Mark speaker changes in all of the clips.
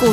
Speaker 1: 股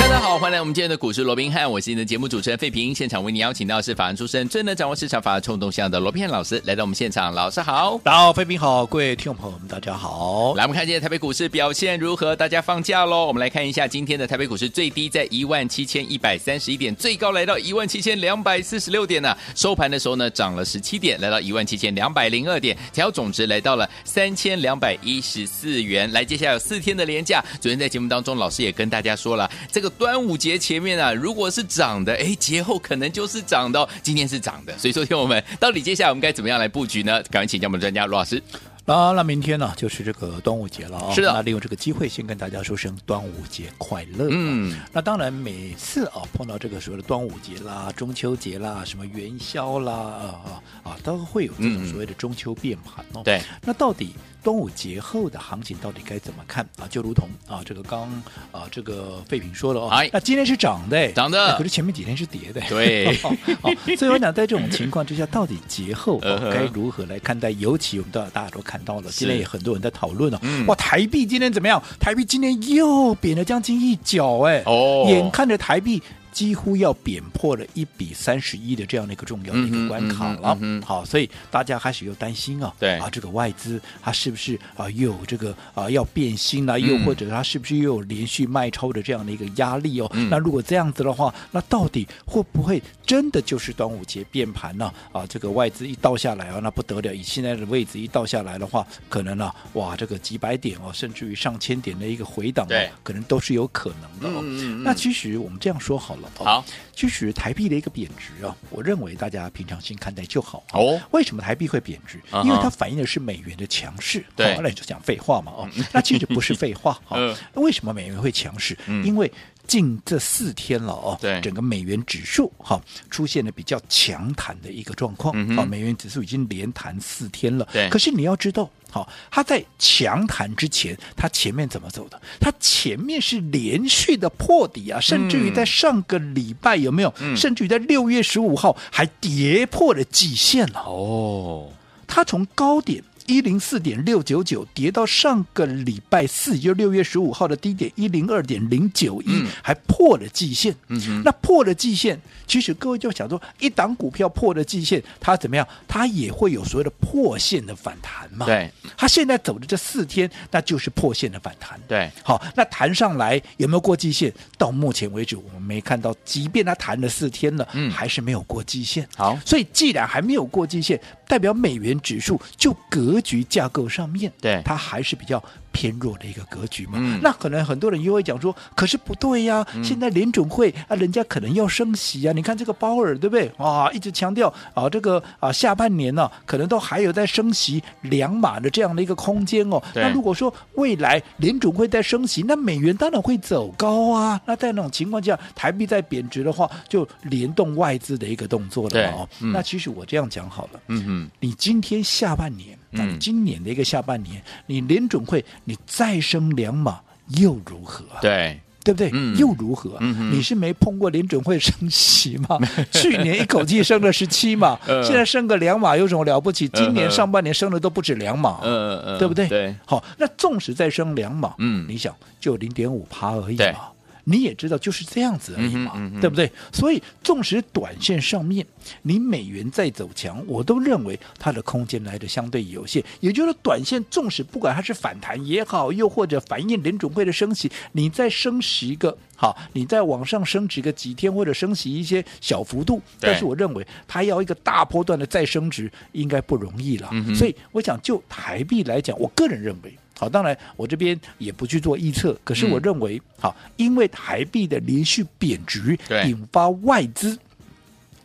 Speaker 2: 大家好，欢迎来我们今天的股市罗宾汉，我是你的节目主持人费平。现场为你邀请到是法案出身、最能掌握市场法案冲动向的罗宾汉老师来到我们现场，老师好。
Speaker 3: 大家好，飞平好，各位听众朋友们，大家好。
Speaker 2: 来，我们看今天台北股市表现如何？大家放假喽！我们来看一下今天的台北股市，最低在一万七千一百三十一点，最高来到一万七千两百四十六点呢、收盘的时候呢，涨了十七点，来到一万七千两百零二点，调总值来到了三千两百一十四元。来，接下来有四天的连假，昨天在节目当中，老师也跟大家说了，这个端午节前面啊，如果是涨的，哎，节后可能就是涨的、哦，今天是涨的，所以说，听我们到底接下来我们该怎么样来布局呢？赶快请教我们的专家罗老师。
Speaker 3: 那那明天呢，就是这个端午节了啊、
Speaker 2: 是的
Speaker 3: 那利用这个机会，先跟大家说声端午节快乐。
Speaker 2: 嗯，
Speaker 3: 那当然，每次啊碰到这个所谓的端午节啦、中秋节啦、什么元宵啦啊啊啊，都会有这
Speaker 2: 嗯
Speaker 3: 种所谓的中秋变盘哦。
Speaker 2: 对，
Speaker 3: 那到底端午节后的行情到底该怎么看啊？就如同啊这个刚啊这个费平说了哦
Speaker 2: 哎，
Speaker 3: 那今天是涨的哎，
Speaker 2: 涨的
Speaker 3: 哎可是前面几天是跌的哎。
Speaker 2: 对
Speaker 3: 好，好所以我想在这种情况之下，到底节后、
Speaker 2: 嗯
Speaker 3: 哦
Speaker 2: 哼、
Speaker 3: 该如何来看待？尤其我们大大家都看到了，今天
Speaker 2: 是
Speaker 3: 也很多人在讨论哦，
Speaker 2: 嗯
Speaker 3: 哇，台币今天怎么样？台币今天又贬了将近一角，哎，
Speaker 2: 哦
Speaker 3: 眼看着台币。几乎要贬破了一比三十一的这样的一个重要的一
Speaker 2: 嗯哼
Speaker 3: 个关卡
Speaker 2: 嗯
Speaker 3: 了
Speaker 2: 哼，嗯哼
Speaker 3: 好，所以大家开始又担心啊，
Speaker 2: 对
Speaker 3: 啊，这个外资它是不是啊又有这个啊要变心啦、又
Speaker 2: 嗯
Speaker 3: 或者它是不是又有连续卖超的这样的一个压力哦？
Speaker 2: 嗯
Speaker 3: 那如果这样子的话，那到底会不会真的就是端午节变盘呢、啊？这个外资一倒下来啊，那不得了！以现在的位置一倒下来的话，可能啊，哇，这个几百点哦，甚至于上千点的一个回档、
Speaker 2: 对
Speaker 3: 哦，可能都是有可能的哦。
Speaker 2: 嗯嗯嗯
Speaker 3: 那其实我们这样说好了、哦，
Speaker 2: 好，
Speaker 3: 其实台币的一个贬值啊，我认为大家平常心看待就好。
Speaker 2: 哦，
Speaker 3: 为什么台币会贬值
Speaker 2: 嗯？哼
Speaker 3: 因为它反映的是美元的强势。
Speaker 2: 对
Speaker 3: 好那你就讲废话嘛哦，那其实不是废话。好
Speaker 2: 嗯，
Speaker 3: 那为什么美元会强势
Speaker 2: 嗯？
Speaker 3: 因为近这四天了哦，
Speaker 2: 对
Speaker 3: 整个美元指数哈出现了比较强弹的一个状况
Speaker 2: 嗯哼
Speaker 3: 啊，美元指数已经连弹四天了。
Speaker 2: 对
Speaker 3: 可是你要知道，好，它在强弹之前，它前面怎么走的？它前面是连续的破底啊，甚至于在上个礼拜有没有？
Speaker 2: 嗯
Speaker 3: 甚至于在六月十五号还跌破了季线了。
Speaker 2: 哦，
Speaker 3: 它从高点一零四点六九九跌到上个礼拜四，也就是六月十五号的低点一零二点零九一
Speaker 2: 嗯，
Speaker 3: 还破了季线。
Speaker 2: 嗯哼
Speaker 3: 那破了季线，其实各位就想说，一档股票破了季线，它怎么样？它也会有所谓的破线的反弹嘛。
Speaker 2: 对，
Speaker 3: 它现在走的这四天，那就是破线的反弹。
Speaker 2: 对，
Speaker 3: 好，那弹上来有没有过季线？到目前为止，我们没看到，即便它弹了四天了，
Speaker 2: 嗯
Speaker 3: 还是没有过季线。
Speaker 2: 好
Speaker 3: 所以既然还没有过季线，代表美元指数就格局架构上面，
Speaker 2: 对
Speaker 3: 它还是比较偏弱的一个格局嘛。
Speaker 2: 嗯
Speaker 3: 那可能很多人又会讲说，可是不对呀、现在联准会啊，人家可能要升息啊，你看这个鲍尔对不对？啊，一直强调啊，这个啊下半年呢、可能都还有在升息两码的这样的一个空间哦。
Speaker 2: 对
Speaker 3: 那如果说未来联准会在升息，那美元当然会走高啊。那在那种情况下，台币在贬值的话，就联动外资的一个动作了嘛哦。
Speaker 2: 对嗯
Speaker 3: 那其实我这样讲好了，
Speaker 2: 嗯哼，
Speaker 3: 你今天下半年，
Speaker 2: 嗯
Speaker 3: 嗯，今年的一个下半年，你联准会你再升两码又如何啊？
Speaker 2: 对，
Speaker 3: 对不对？
Speaker 2: 嗯
Speaker 3: 又如何、
Speaker 2: 嗯哼
Speaker 3: 你是没碰过联准会升息 吗？去年一口气升了十七码
Speaker 2: 呃，
Speaker 3: 现在升个两码有什么了不起？今
Speaker 2: 嗯
Speaker 3: 年
Speaker 2: 哼
Speaker 3: 上半年升的都不止两码，
Speaker 2: 嗯嗯
Speaker 3: 哦对不对？
Speaker 2: 对，
Speaker 3: 好，那纵使再升两码，
Speaker 2: 嗯
Speaker 3: 你想就零点五趴而已
Speaker 2: 对
Speaker 3: 嘛。你也知道就是这样子而已嘛，
Speaker 2: 嗯哼嗯哼
Speaker 3: 对不对？所以纵使短线上面你美元再走强，我都认为它的空间来的相对有限。也就是说，短线纵使不管它是反弹也好，又或者反映联准会的升息，你再升息个好，你再往上升值个几天，或者升息一些小幅度，
Speaker 2: 对
Speaker 3: 但是我认为它要一个大波段的再升值应该不容易了。
Speaker 2: 嗯哼
Speaker 3: 所以我想就台币来讲，我个人认为。好，当然我这边也不去做预测，可是
Speaker 2: 嗯
Speaker 3: 我认为，好，因为台币的连续贬值
Speaker 2: 对，
Speaker 3: 引发外资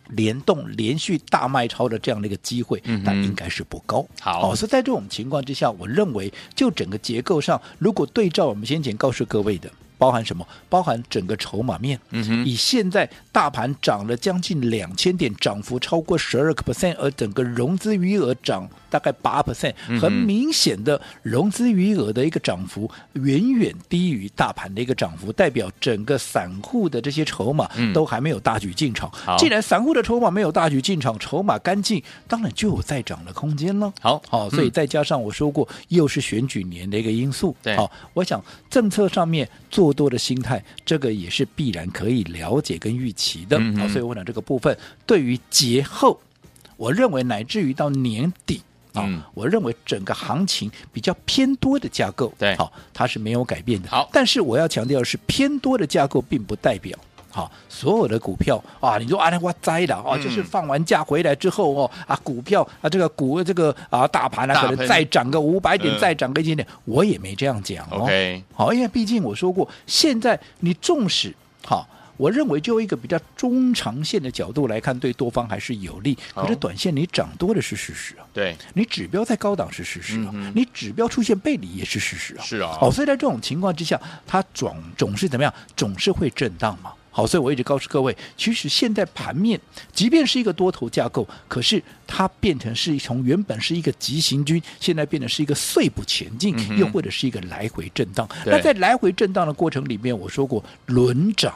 Speaker 3: 联动连续大卖超的这样的一个机会，
Speaker 2: 嗯哼
Speaker 3: 那应该是不高。
Speaker 2: 好
Speaker 3: 哦所以在这种情况之下，我认为就整个结构上，如果对照我们先前告诉各位的，包含什么？包含整个筹码面。
Speaker 2: 嗯哼
Speaker 3: 以现在大盘涨了将近两千点，涨幅超过十二个 percent，而整个融资余额涨大概八 percent，
Speaker 2: 嗯哼
Speaker 3: 很明显的融资余额的一个涨幅远远低于大盘的一个涨幅，代表整个散户的这些筹码
Speaker 2: 嗯
Speaker 3: 都还没有大举进场。
Speaker 2: 好
Speaker 3: 既然散户的筹码没有大举进场，筹码干净，当然就有再涨的空间了。
Speaker 2: 好
Speaker 3: 好、所以
Speaker 2: 嗯
Speaker 3: 再加上我说过，又是选举年的一个因素，
Speaker 2: 对
Speaker 3: 好、我想政策上面做多的心态，这个也是必然可以了解跟预期的。好、
Speaker 2: 嗯哼
Speaker 3: 所以我想这个部分对于节后，我认为乃至于到年底。啊、
Speaker 2: 嗯
Speaker 3: 我认为整个行情比较偏多的架构，
Speaker 2: 对
Speaker 3: 好、它是没有改变的。
Speaker 2: 好
Speaker 3: 但是我要强调的是，偏多的架构并不代表。好，所有的股票啊，你说啊，那我栽了啊，
Speaker 2: 嗯
Speaker 3: 就是放完假回来之后哦，啊，股票啊，这个股这个啊，大盘
Speaker 2: 大
Speaker 3: 啊，
Speaker 2: 盘
Speaker 3: 可能再涨个五百点，
Speaker 2: 嗯
Speaker 3: 再涨个一千点，我也没这样讲哦。
Speaker 2: OK
Speaker 3: 好，因为毕竟我说过，现在你纵使好。我认为就一个比较中长线的角度来看，对多方还是有利。
Speaker 2: 好
Speaker 3: 可是短线你涨多的是事实啊，
Speaker 2: 对，
Speaker 3: 你指标在高档是事实啊，
Speaker 2: 嗯哼
Speaker 3: 你指标出现背离也是事实啊。
Speaker 2: 是啊
Speaker 3: 哦，所以在这种情况之下，它总总是怎么样？总是会震荡嘛。好，所以我一直告诉各位，其实现在盘面即便是一个多头架构，可是它变成是从原本是一个急行军，现在变成是一个碎步前进，
Speaker 2: 嗯哼
Speaker 3: 又或者是一个来回震荡。
Speaker 2: 对
Speaker 3: 那在来回震荡的过程里面，我说过轮涨、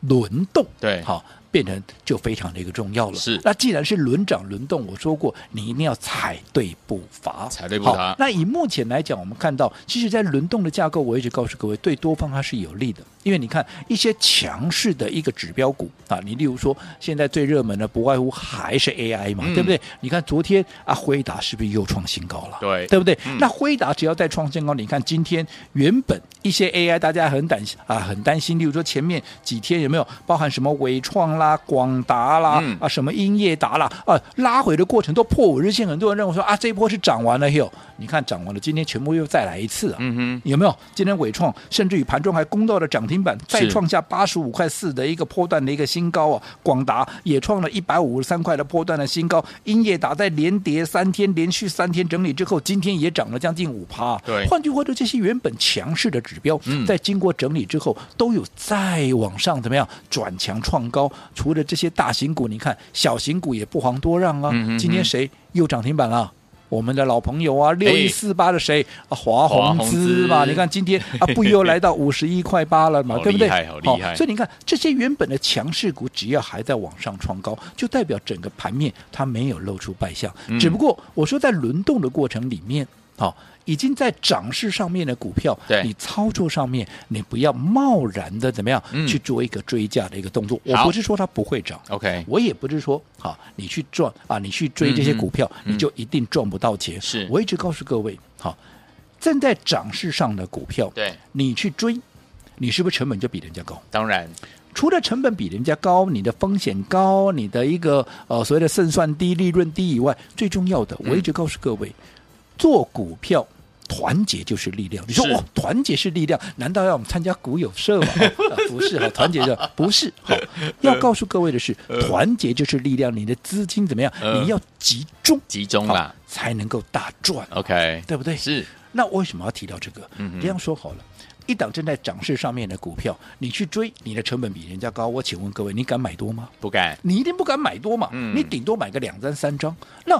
Speaker 3: 轮动，
Speaker 2: 对
Speaker 3: 好。变成就非常的一个重要了。
Speaker 2: 是
Speaker 3: 那既然是轮涨轮动，我说过，你一定要踩对步伐，
Speaker 2: 踩对步
Speaker 3: 好
Speaker 2: 伐
Speaker 3: 那以目前来讲，我们看到，其实，在轮动的架构，我一直告诉各位，对多方它是有利的，因为你看一些强势的一个指标股啊，你例如说现在最热门的不外乎还是 AI 嘛，
Speaker 2: 嗯
Speaker 3: 对不对？你看昨天啊，辉达是不是又创新高了？
Speaker 2: 对
Speaker 3: 对不对？
Speaker 2: 嗯
Speaker 3: 那辉达只要再创新高，你看今天原本一些 AI 大家很担心啊，很担心，例如说前面几天有没有包含什么伟创啦、广达啦、
Speaker 2: 嗯
Speaker 3: 啊什么英业达啦啊，拉回的过程都破五日线，很多人认为说啊这一波是涨完了哟，你看涨完了，今天全部又再来一次啊。
Speaker 2: 嗯哼，
Speaker 3: 有没有？今天伟创甚至于盘中还攻到了涨停板，再
Speaker 2: 是
Speaker 3: 创下八十五块四的一个波段的一个新高啊！广达也创了一百五十三块的波段的新高，英业达在连跌三天，连续三天整理之后，今天也涨了将近五趴。
Speaker 2: 对
Speaker 3: 换句话说，这些原本强势的指标，
Speaker 2: 嗯
Speaker 3: 在经过整理之后，都有再往上怎么样转强创高。除了这些大型股，你看小型股也不遑多让啊！
Speaker 2: 嗯哼
Speaker 3: 今天
Speaker 2: 哼
Speaker 3: 谁又涨停板了？我们的老朋友啊，六一四八的谁、啊，华
Speaker 2: 华
Speaker 3: 宏
Speaker 2: 宏
Speaker 3: 资嘛，
Speaker 2: 资
Speaker 3: 你看今天啊，不又 来到五十一块八了嘛，
Speaker 2: 好
Speaker 3: 对不对？
Speaker 2: 厉害好厉害
Speaker 3: 所以你看这些原本的强势股，只要还在往上创高，就代表整个盘面它没有露出败相。
Speaker 2: 嗯
Speaker 3: 只不过我说在轮动的过程里面，好、已经在涨势上面的股票
Speaker 2: 对，
Speaker 3: 你操作上面你不要贸然的怎么样、
Speaker 2: 嗯
Speaker 3: 去做一个追价的一个动作。我
Speaker 2: 好
Speaker 3: 不是说它不会涨，
Speaker 2: ，OK，
Speaker 3: 我也不是说好你去赚啊，你去追这些股票，
Speaker 2: 嗯嗯
Speaker 3: 你就一定赚不到钱。
Speaker 2: 是
Speaker 3: 我一直告诉各位，好，正在涨势上的股票，
Speaker 2: 对，
Speaker 3: 你去追，你是不是成本就比人家高？
Speaker 2: 当然，
Speaker 3: 除了成本比人家高，你的风险高，你的一个呃所谓的胜算低、利润低以外，最重要的，我一直
Speaker 2: 嗯
Speaker 3: 告诉各位，做股票。团结就是力量。你说
Speaker 2: 是
Speaker 3: 哇，团结是力量，难道要我们参加股友社吗？ 哦呃不是哈，团结的不是 好。
Speaker 2: 嗯
Speaker 3: 要告诉各位的是，团结就是力量。你的资金怎么样？
Speaker 2: 呃
Speaker 3: 你要集中
Speaker 2: 集中
Speaker 3: 好
Speaker 2: 啦
Speaker 3: 才能够大赚，
Speaker 2: ，OK，
Speaker 3: 对不对？
Speaker 2: 是，
Speaker 3: 那为什么要提到这个？
Speaker 2: 嗯哼
Speaker 3: 这样说好了，一档正在涨势上面的股票，你去追，你的成本比人家高。我请问各位，你敢买多吗？
Speaker 2: 不敢，
Speaker 3: 你一定不敢买多嘛，
Speaker 2: 嗯
Speaker 3: 你顶多买个两张三张。那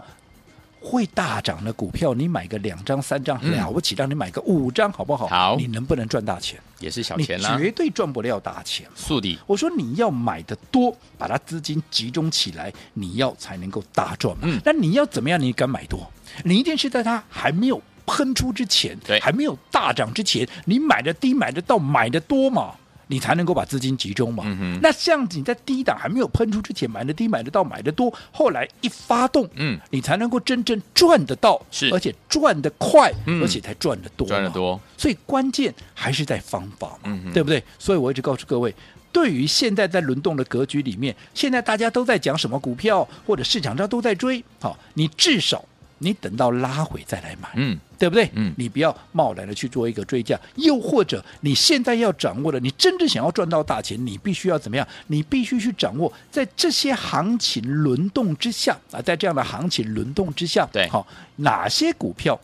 Speaker 3: 会大涨的股票，你买个两张三张、
Speaker 2: 嗯
Speaker 3: 了不起，让你买个五张好不好？
Speaker 2: 好
Speaker 3: 你能不能赚大钱？
Speaker 2: 也是小钱啦
Speaker 3: 你，绝对赚不了大钱。
Speaker 2: 速底，
Speaker 3: 我说你要买的多，把它资金集中起来，你要才能够大赚嘛
Speaker 2: 嗯。
Speaker 3: 那、你要怎么样？你敢买多？你一定是在它还没有喷出之前
Speaker 2: 对，
Speaker 3: 还没有大涨之前，你买的低，买的到，买的多嘛。你才能够把资金集中嘛。
Speaker 2: 嗯哼
Speaker 3: 那像你在低档还没有喷出之前买的低、买的到、买的多，后来一发动，
Speaker 2: 嗯，
Speaker 3: 你才能够真正赚得到，
Speaker 2: 是
Speaker 3: 而且赚得快，
Speaker 2: 嗯
Speaker 3: 而且才赚得多嘛，
Speaker 2: 赚得多
Speaker 3: 所以关键还是在方法嘛，
Speaker 2: 嗯哼
Speaker 3: 对不对？所以我一直告诉各位，对于现在在轮动的格局里面，现在大家都在讲什么股票，或者市场上都在追，好、你至少你等到拉回再来买。
Speaker 2: 嗯，
Speaker 3: 对不对？
Speaker 2: 嗯
Speaker 3: 你不要贸然的去做一个追价，又或者你现在要掌握的，你真正想要赚到大钱，你必须要怎么样？你必须去掌握在这些行情轮动之下啊，在这样的行情轮动之下，
Speaker 2: 对
Speaker 3: 好、哪些股票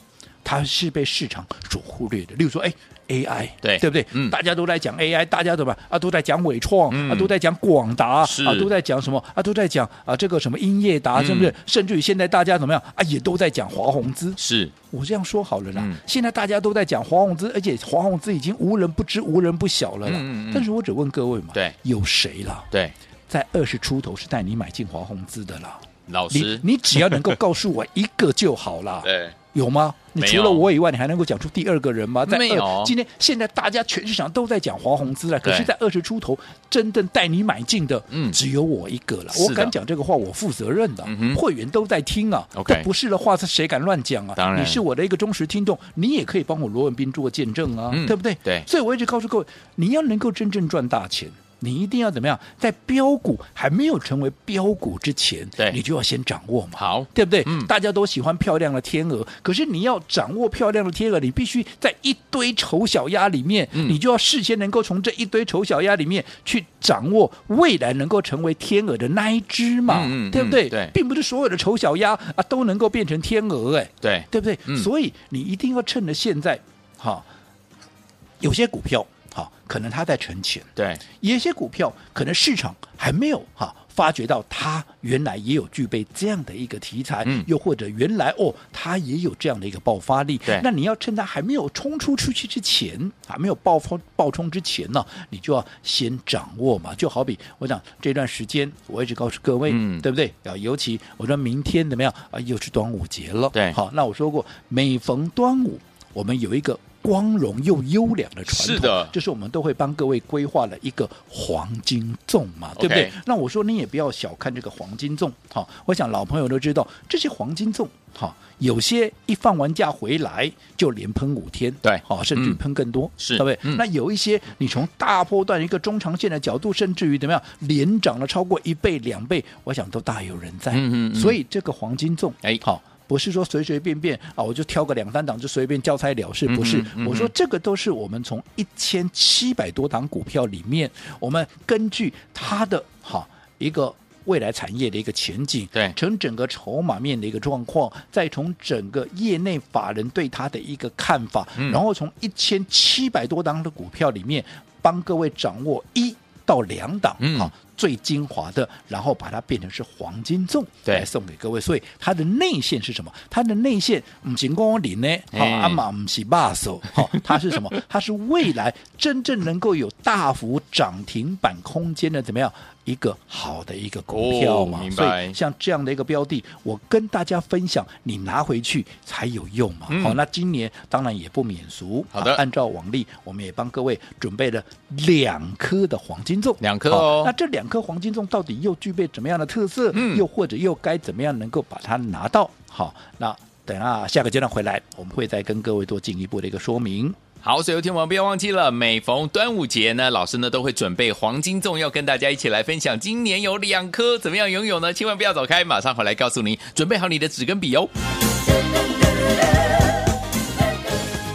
Speaker 3: 它是被市场所忽略的？例如说，哎， AI，
Speaker 2: 对
Speaker 3: 对不对？
Speaker 2: 嗯
Speaker 3: 大家都在讲 AI，大家怎么啊都在讲伟创、
Speaker 2: 嗯
Speaker 3: 啊，都在讲广达啊
Speaker 2: 是，
Speaker 3: 都在讲什么啊，都在讲啊这个什么英业达，
Speaker 2: 嗯
Speaker 3: 是不是？甚至于现在大家怎么样啊，也都在讲华宏资。
Speaker 2: 是
Speaker 3: 我这样说好了啦，
Speaker 2: 嗯
Speaker 3: 现在大家都在讲华宏资，而且华宏资已经无人不知、无人不晓了啦。
Speaker 2: 嗯嗯嗯
Speaker 3: 但是我只问各位嘛，
Speaker 2: 对
Speaker 3: 有谁啦，
Speaker 2: 对，
Speaker 3: 在二十出头是带你买进华宏资的啦？
Speaker 2: 老师
Speaker 3: 你，你只要能够告诉我一个就好 啦。
Speaker 2: 对，
Speaker 3: 有吗？你
Speaker 2: 没有
Speaker 3: 除了我以外，你还能够讲出第二个人吗？在
Speaker 2: 没有
Speaker 3: 二今天现在大家全市场都在讲华宏资了，可是，
Speaker 2: 对
Speaker 3: 在二十出头真正带你买进的，
Speaker 2: 嗯
Speaker 3: 只有我一个了。
Speaker 2: 是的
Speaker 3: 我敢讲这个话，我负责任的
Speaker 2: 嗯哼，
Speaker 3: 会员都在听啊。
Speaker 2: OK
Speaker 3: 但不是的话，是谁敢乱讲啊？
Speaker 2: 当然
Speaker 3: 你是我的一个忠实听众，你也可以帮我罗文斌做见证啊
Speaker 2: 嗯，
Speaker 3: 对不对？
Speaker 2: 对
Speaker 3: 所以我一直告诉各位，你要能够真正赚大钱。你一定要怎么样？在标股还没有成为标股之前，
Speaker 2: 对
Speaker 3: 你就要先掌握嘛。
Speaker 2: 好，
Speaker 3: 对不对？
Speaker 2: 嗯
Speaker 3: 大家都喜欢漂亮的天鹅，可是你要掌握漂亮的天鹅，你必须在一堆丑小鸭里面，
Speaker 2: 嗯
Speaker 3: 你就要事先能够从这一堆丑小鸭里面去掌握未来能够成为天鹅的那一只嘛，
Speaker 2: 嗯嗯
Speaker 3: 对不对？
Speaker 2: 嗯对
Speaker 3: 并不是所有的丑小鸭啊都能够变成天鹅，哎，
Speaker 2: 对，
Speaker 3: 对不对？
Speaker 2: 嗯
Speaker 3: 所以你一定要趁着现在，哈、有些股票哈、可能它在存钱。
Speaker 2: 对，
Speaker 3: 有一些股票可能市场还没有哈、发觉到它原来也有具备这样的一个题材，
Speaker 2: 嗯
Speaker 3: 又或者原来哦它也有这样的一个爆发力
Speaker 2: 对，
Speaker 3: 那你要趁它还没有冲出出去之前，还没有爆发爆冲之前呢、你就要先掌握嘛。就好比我讲这段时间，我一直告诉各位，
Speaker 2: 嗯
Speaker 3: 对不对啊？尤其我说明天怎么样啊？又是端午节了，
Speaker 2: 对
Speaker 3: 好，那我说过，每逢端午，我们有一个。光荣又优良的传统，
Speaker 2: 是的
Speaker 3: 就是我们都会帮各位规划了一个黄金粽嘛，对不
Speaker 2: OK
Speaker 3: 对？那我说你也不要小看这个黄金粽，好、我想老朋友都知道，这些黄金粽，好、有些一放完假回来就连喷五天，
Speaker 2: 对
Speaker 3: 好、甚至于
Speaker 2: 嗯
Speaker 3: 喷更多，
Speaker 2: 是
Speaker 3: 对不对？
Speaker 2: 嗯
Speaker 3: 那有一些你从大波段一个中长线的角度，甚至于怎么样，连涨了超过一倍、两倍，我想都大有人在。
Speaker 2: 嗯嗯嗯
Speaker 3: 所以这个黄金粽，
Speaker 2: 哎
Speaker 3: 好、不是说随随便便啊，我就挑个两三档就随便交差了事，
Speaker 2: 嗯哼
Speaker 3: 不是。
Speaker 2: 嗯哼
Speaker 3: 我说这个都是我们从一千七百多档股票里面，我们根据它的哈、一个。未来产业的一个前景，
Speaker 2: 对
Speaker 3: 从整个筹码面的一个状况，再从整个业内法人对它的一个看法，
Speaker 2: 嗯
Speaker 3: 然后从一千七百多档的股票里面，帮各位掌握一到两档，
Speaker 2: 嗯
Speaker 3: 好最精华的，然后把它变成是黄金粽，
Speaker 2: 对
Speaker 3: 来送给各位。所以它的内线是什么？它的内嗯线唔仅光零呢，好
Speaker 2: 哎
Speaker 3: 阿玛唔是把手，好，它是什么？ 它是未来真正能够有大幅涨停板空间的怎么样一个好的一个股票嘛
Speaker 2: 哦？明
Speaker 3: 所
Speaker 2: 白
Speaker 3: 以像这样的一个标的，我跟大家分享，你拿回去才有用嘛。
Speaker 2: 嗯
Speaker 3: 好，那今年当然也不免俗，
Speaker 2: 好的
Speaker 3: 啊按照往例，我们也帮各位准备了两颗的黄金粽，
Speaker 2: 两颗
Speaker 3: 好
Speaker 2: 哦
Speaker 3: 那这两颗黄金粽到底又具备怎么样的特色？
Speaker 2: 嗯
Speaker 3: 又或者又该怎么样能够把它拿到？好，那等啊下个阶段回来，我们会再跟各位做进一步的一个说明。
Speaker 2: 好，所以有听众朋友不要忘记了，每逢端午节呢，老师呢都会准备黄金粽，要跟大家一起来分享。今年有两颗，怎么样拥有呢？千万不要走开，马上回来告诉您，准备好你的纸跟笔哦。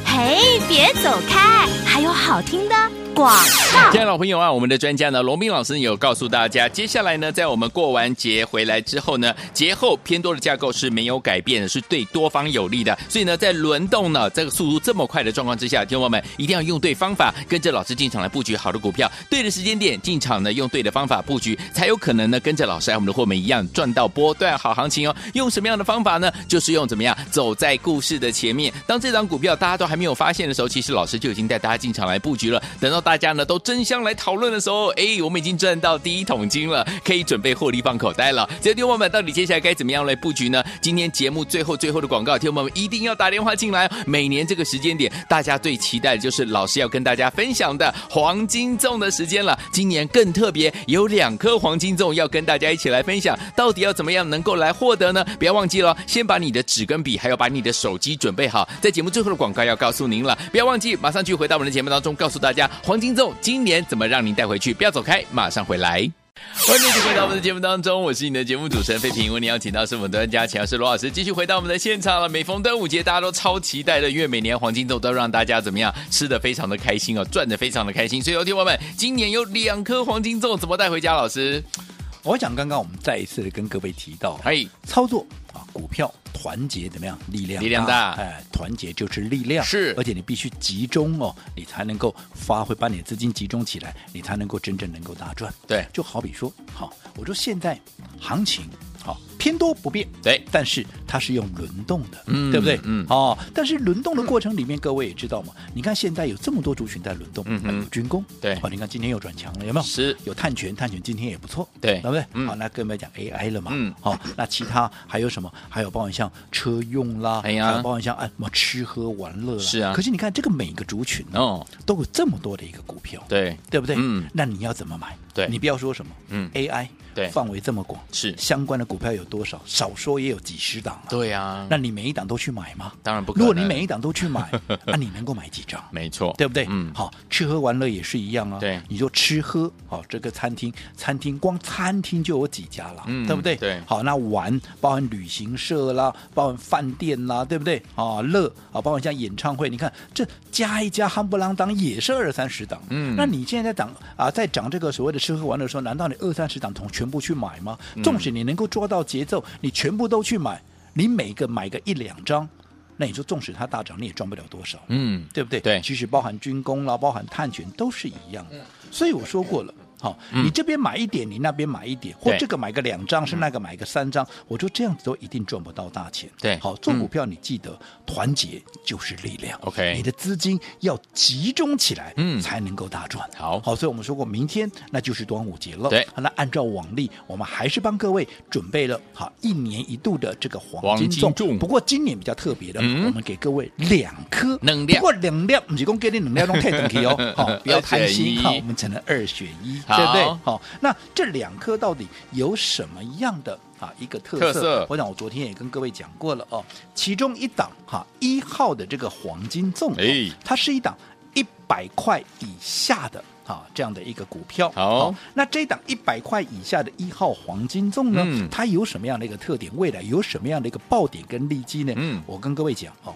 Speaker 1: 嘿，别走开，还有好听的广告。
Speaker 2: 亲爱的老朋友啊，我们的专家呢，罗斌老师有告诉大家，接下来呢，在我们过完节回来之后呢，节后偏多的架构是没有改变的，是对多方有利的。所以呢，在轮动呢这个速度这么快的状况之下，听众朋友们一定要用对方法，跟着老师进场来布局好的股票，对的时间点进场呢，用对的方法布局，才有可能呢跟着老师哎还有我们的货们一样赚到波段好行情哦。用什么样的方法呢？就是用怎么样走在故事的前面。当这张股票大家都还没有发现的时候，其实老师就已经带大家进场来布局了。等到大家呢都争相来讨论的时候，哎，我们已经赚到第一桶金了，可以准备获利放口袋了。所以，听众朋友们，到底接下来该怎么样来布局呢？今天节目最后最后的广告，听众朋友们一定要打电话进来哦。每年这个时间点，大家最期待的就是老师要跟大家分享的黄金粽的时间了。今年更特别，有两颗黄金粽要跟大家一起来分享，到底要怎么样能够来获得呢？不要忘记了，先把你的纸跟笔，还有把你的手机准备好。在节目最后的广告要告诉您了，不要忘记马上去回到我们的节目当中，告诉大家黄金粽今年怎么让您带回去。不要走开，马上回来。欢迎继续回到我们的节目当中，我是你的节目主持人费平。为你邀请到是我们的专家钱老师罗老师，继续回到我们的现场了。每逢端午节，大家都超期待的，因为每年黄金粽都让大家怎么样吃的非常的开心哦，赚的非常的开心。所以，有听友们，今年有两颗黄金粽，怎么带回家？老师，哎
Speaker 3: 我想刚刚我们再一次地跟各位提到，
Speaker 2: 嘿，
Speaker 3: 操作啊股票团结怎么样？力量
Speaker 2: 力量大
Speaker 3: 哎，团结就是力量，
Speaker 2: 是
Speaker 3: 而且你必须集中哦，你才能够发挥，把你的资金集中起来，你才能够真正能够大赚。
Speaker 2: 对
Speaker 3: 就好比说，好，我说现在行情好偏多不变，
Speaker 2: 对
Speaker 3: 但是它是用轮动的，
Speaker 2: 嗯
Speaker 3: 对不对？
Speaker 2: 嗯
Speaker 3: 哦，但是轮动的过程里面，各位也知道嘛，你看现在有这么多族群在轮动，
Speaker 2: 嗯哼
Speaker 3: 有军工，
Speaker 2: 对
Speaker 3: 哦，你看今天又转强了，有没有？
Speaker 2: 是
Speaker 3: 有碳权，碳权今天也不错，
Speaker 2: 对
Speaker 3: 对不对？
Speaker 2: 嗯
Speaker 3: 好，那更不要讲 AI 了嘛，
Speaker 2: 嗯
Speaker 3: 好、那其他还有什么？还有包含像车用啦，
Speaker 2: 哎呀
Speaker 3: 还有包含像哎什么吃喝玩乐啦，
Speaker 2: 是啊
Speaker 3: 可是你看这个每个族群呢、
Speaker 2: 哦，
Speaker 3: 都有这么多的一个股票，
Speaker 2: 对
Speaker 3: 对不对？
Speaker 2: 嗯，
Speaker 3: 那你要怎么买？
Speaker 2: 对
Speaker 3: 你不要说什么，
Speaker 2: 嗯
Speaker 3: ，AI
Speaker 2: 对
Speaker 3: 范围这么广，
Speaker 2: 是
Speaker 3: 相关的股票有多少？少说也有几十档了。
Speaker 2: 对啊，
Speaker 3: 那你每一档都去买吗？
Speaker 2: 当然不可
Speaker 3: 如
Speaker 2: 能。
Speaker 3: 果你每一档都去 买，那、你能够买几张？
Speaker 2: 没错，
Speaker 3: 对不对？
Speaker 2: 嗯，
Speaker 3: 好，吃喝玩乐也是一样啊。
Speaker 2: 对
Speaker 3: 你就吃喝，好、这个餐厅，餐厅光餐厅就有几家了，
Speaker 2: 嗯
Speaker 3: 对不对？
Speaker 2: 对
Speaker 3: 好，那玩包含旅行社啦，包含饭店啦，对不对？啊，乐啊，包含像演唱会，你看这加一加，夯不啷当也是二三十档。
Speaker 2: 嗯
Speaker 3: 那你现在在涨啊，在涨这个所谓的吃喝玩乐的时候，难道你二三十档同全部去买吗？
Speaker 2: 嗯
Speaker 3: 纵使你能够抓到节奏，你全部都去买，你每个买个一两张。那你说，纵使它大涨，你也赚不了多少。
Speaker 2: 嗯，
Speaker 3: 对不对？
Speaker 2: 对
Speaker 3: 其实包含军工啦，包含碳权都是一样的。所以我说过了，好、
Speaker 2: 嗯
Speaker 3: 你这边买一点，你那边买一点，或
Speaker 2: 对嗯
Speaker 3: 这个买个两张，是那个买个三张，我说这样子都一定赚不到大钱。
Speaker 2: 对
Speaker 3: 好，做
Speaker 2: 嗯
Speaker 3: 股票你记得、团结就是力量。
Speaker 2: OK
Speaker 3: 你的资金要集中起来，
Speaker 2: 嗯
Speaker 3: 才能够大赚。
Speaker 2: 好
Speaker 3: 好，所以我们说过，明天那就是端午节了。
Speaker 2: 对
Speaker 3: 那按照往例，我们还是帮各位准备了好一年一度的这个
Speaker 2: 黄
Speaker 3: 黄金
Speaker 2: 金
Speaker 3: 粽。
Speaker 2: 粽
Speaker 3: 不过今年比较特别的，
Speaker 2: 嗯
Speaker 3: 我们给各位两颗
Speaker 2: 能量
Speaker 3: 不过两量不是讲给你能量弄太等级哦， 好、不要贪
Speaker 2: 二选一
Speaker 3: 心哈、好我们只能二选一，
Speaker 2: 好
Speaker 3: 对不对？好、那这两颗到底有什么样的啊一个特色？
Speaker 2: 特色
Speaker 3: 我想我昨天也跟各位讲过了哦，其中一档哈一、号的这个黄金粽、哦，
Speaker 2: 哎
Speaker 3: 它是一档一百块以下的。啊，这样的一个股票，哦
Speaker 2: 好
Speaker 3: 那这一档一百块以下的一号黄金粽呢，
Speaker 2: 嗯
Speaker 3: 它有什么样的一个特点？未来有什么样的一个爆点跟利基呢？
Speaker 2: 嗯
Speaker 3: 我跟各位讲哦，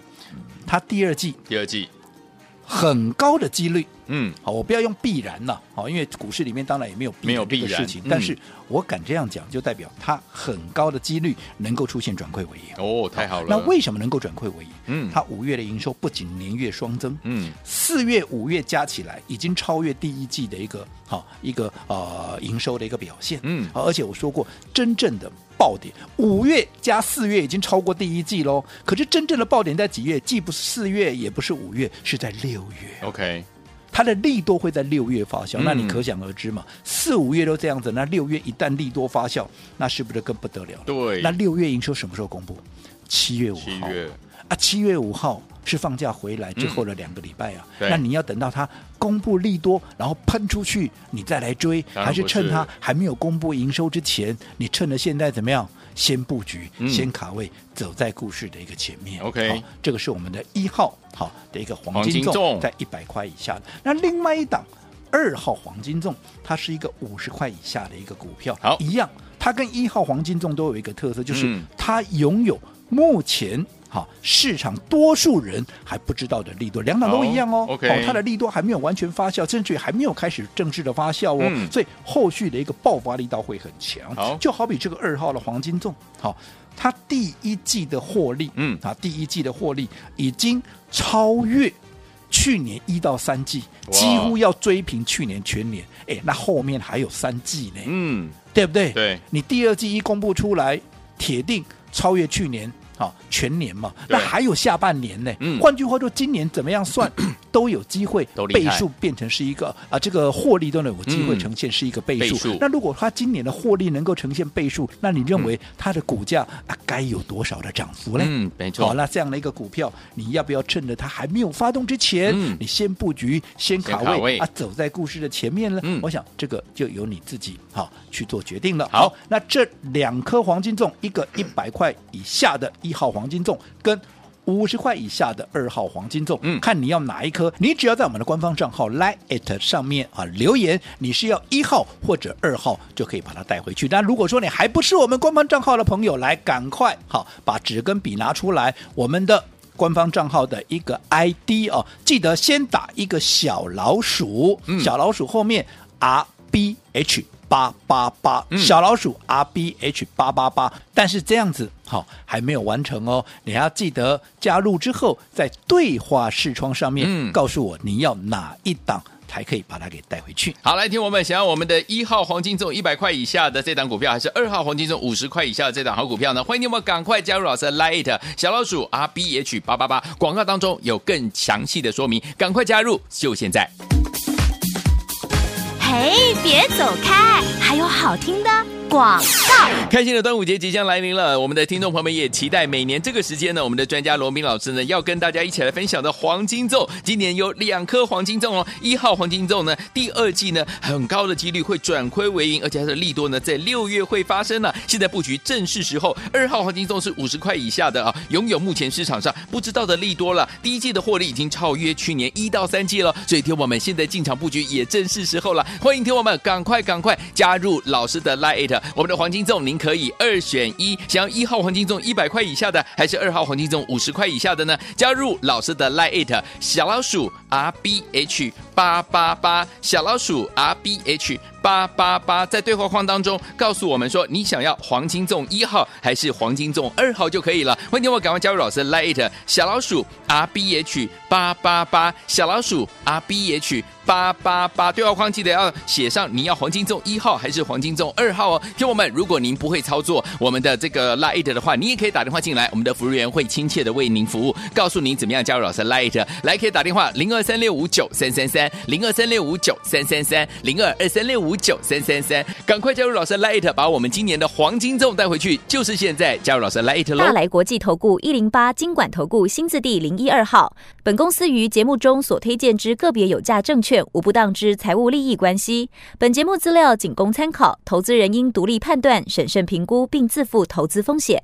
Speaker 3: 它第二季
Speaker 2: 第二季，
Speaker 3: 很高的几率，
Speaker 2: 嗯，
Speaker 3: 好，我不要用必然了，好，因为股市里面当然也没有必
Speaker 2: 没有
Speaker 3: 然这
Speaker 2: 必
Speaker 3: 个
Speaker 2: 然
Speaker 3: 事情
Speaker 2: 嗯，
Speaker 3: 但是我敢这样讲，就代表它很高的几率能够出现转亏为盈。
Speaker 2: 哦，太好了。
Speaker 3: 那为什么能够转亏为盈？
Speaker 2: 嗯
Speaker 3: 它五月的营收不仅年月双增，
Speaker 2: 嗯
Speaker 3: 四月、五月加起来已经超越第一季的一个好、一个呃营收的一个表现。
Speaker 2: 嗯
Speaker 3: 好而且我说过，真正的爆点，五月加四月已经超过第一季喽。可是真正的爆点在几月？既不是四月，也不是五月，是在六月。
Speaker 2: ，OK，
Speaker 3: 它的利多会在六月发酵，
Speaker 2: 哦嗯
Speaker 3: 那你可想而知嘛。四五月都这样子，那六月一旦利多发酵，那是不是更不得了了？
Speaker 2: 对
Speaker 3: 那六月营收什么时候公布？七月五
Speaker 2: 七
Speaker 3: 号。
Speaker 2: 月，嗯
Speaker 3: 啊，七月五号是放假回来之后的两个礼拜啊，
Speaker 2: 对
Speaker 3: 那你要等到它公布利多，然后喷出去，你再来追，
Speaker 2: 当然
Speaker 3: 还是
Speaker 2: 不
Speaker 3: 趁
Speaker 2: 是
Speaker 3: 它还没有公布营收之前，你趁着现在怎么样，先布局，
Speaker 2: 嗯
Speaker 3: 先卡位，走在故事的一个前面。
Speaker 2: OK
Speaker 3: 好这个是我们的一号好的一个黄金
Speaker 2: 黄金
Speaker 3: 粽，
Speaker 2: 粽
Speaker 3: 在一百块以下的。那另外一档二号黄金粽，它是一个五十块以下的一个股票，
Speaker 2: 好
Speaker 3: 一样，它跟一号黄金粽都有一个特色，就是
Speaker 2: 嗯
Speaker 3: 它拥有目前哈、市场多数人还不知道的利多，两档都一样哦。
Speaker 2: 好，OK
Speaker 3: 它的利多还没有完全发酵，甚至于还没有开始正式的发酵哦，
Speaker 2: 嗯
Speaker 3: 所以后续的一个爆发力道会很强。
Speaker 2: 好
Speaker 3: 就好比这个二号的黄金粽，好、它第一季的获利，
Speaker 2: 嗯
Speaker 3: 啊，第一季的获利已经超越。去年一到三季
Speaker 2: 哇
Speaker 3: 几乎要追平去年全年，哎，那后面还有三季呢，
Speaker 2: 嗯，
Speaker 3: 对不对？
Speaker 2: 对，
Speaker 3: 你第二季一公布出来，铁定超越去年啊、全年嘛，
Speaker 2: 对
Speaker 3: 那还有下半年呢。
Speaker 2: 嗯
Speaker 3: 换句话说，今年怎么 样算都有机会
Speaker 2: 都，厉
Speaker 3: 倍
Speaker 2: 害
Speaker 3: 数变成是一个啊，这个获利都能有机会
Speaker 2: 嗯
Speaker 3: 呈现是一个倍
Speaker 2: 倍
Speaker 3: 数。
Speaker 2: 数
Speaker 3: 那如果它今年的获利能够呈现倍数，那你认为它的股价、啊、该有多少的涨幅呢？
Speaker 2: 嗯，没
Speaker 3: 好，
Speaker 2: 错，
Speaker 3: 那这样的一个股票，你要不要趁着它还没有发动之前，
Speaker 2: 嗯
Speaker 3: 你先布局、先卡位
Speaker 2: 卡位
Speaker 3: 啊，走在故事的前面呢？
Speaker 2: 嗯
Speaker 3: 我想这个就由你自己好去做决定了。
Speaker 2: 好
Speaker 3: 那这两颗黄金粽，一个一百块以下的一号黄金粽，跟五十块以下的二号黄金粽，
Speaker 2: 嗯
Speaker 3: 看你要哪一颗，你只要在我们的官方账号 Line at 上面啊留言，你是要一号或者二号就可以把它带回去。但如果说你还不是我们官方账号的朋友，来赶快好把纸跟笔拿出来，我们的。官方账号的一个 ID 哦，记得先打一个小老鼠，
Speaker 2: 嗯
Speaker 3: 小老鼠后面 R B H 八八八
Speaker 2: 嗯，
Speaker 3: 小老鼠 R B H 八八八。但是这样子好、还没有完成哦，你还要记得加入之后在对话视窗上面、
Speaker 2: 嗯
Speaker 3: 告诉我你要哪一档才可以把它给带回去。
Speaker 2: 好，来，听我们想要我们的一号黄金重一百块以下的这档股票，还是二号黄金重五十块以下的这档好股票呢？欢迎你们赶快加入老师的 Light 小老鼠 R B H 八八八，广告当中有更详细的说明，赶快加入，就现在。
Speaker 1: 嘿，别走开，还有好听的广告。
Speaker 2: 开心的端午节即将来临了，我们的听众朋友们也期待每年这个时间呢，我们的专家罗明老师呢要跟大家一起来分享的黄金粽，今年有两颗黄金粽哦，一号黄金粽呢，第二季呢很高的几率会转亏为盈，而且它的利多呢在六月会发生呢、啊现在布局正是时候。二号黄金粽是五十块以下的啊，拥有目前市场上不知道的利多了，第一季的获利已经超越去年一到三季了，所以听我们现在进场布局也正是时候了，欢迎听我们赶快赶快加入老师的 Lite，我们的黄金粽您可以二选一，想要一号黄金粽一百块以下的，还是二号黄金粽五十块以下的呢？加入老师的 Lite 小老鼠 R B H 八八八小老鼠 R B H。八八八在对话框当中告诉我们说你想要黄金粽一号还是黄金粽二号就可以了。欢迎我赶快加入老师 Lite 小老鼠 R B H 八八八小老鼠 R B H 八八八对话框记得要写上你要黄金粽一号还是黄金粽二号哦。听我们，如果您不会操作我们的这个 Lite 的话，你也可以打电话进来，我们的服务员会亲切的为您服务，告诉您怎么样加入老师 Lite。来，可以打电话零二三六五九三三三零二三六五九三三三零二二三六五九三三三，赶快加入老师 Lite，把我们今年的黄金粽带回去，就是现在加入老师 Lite 喽
Speaker 4: 大。来国际投顾一零八金管投顾新字第零一二号。本公司于节目中所推荐之个别有价证券，无不当之财务利益关系。本节目资料仅供参考，投资人应独立判断、审慎评估，并自负投资风险。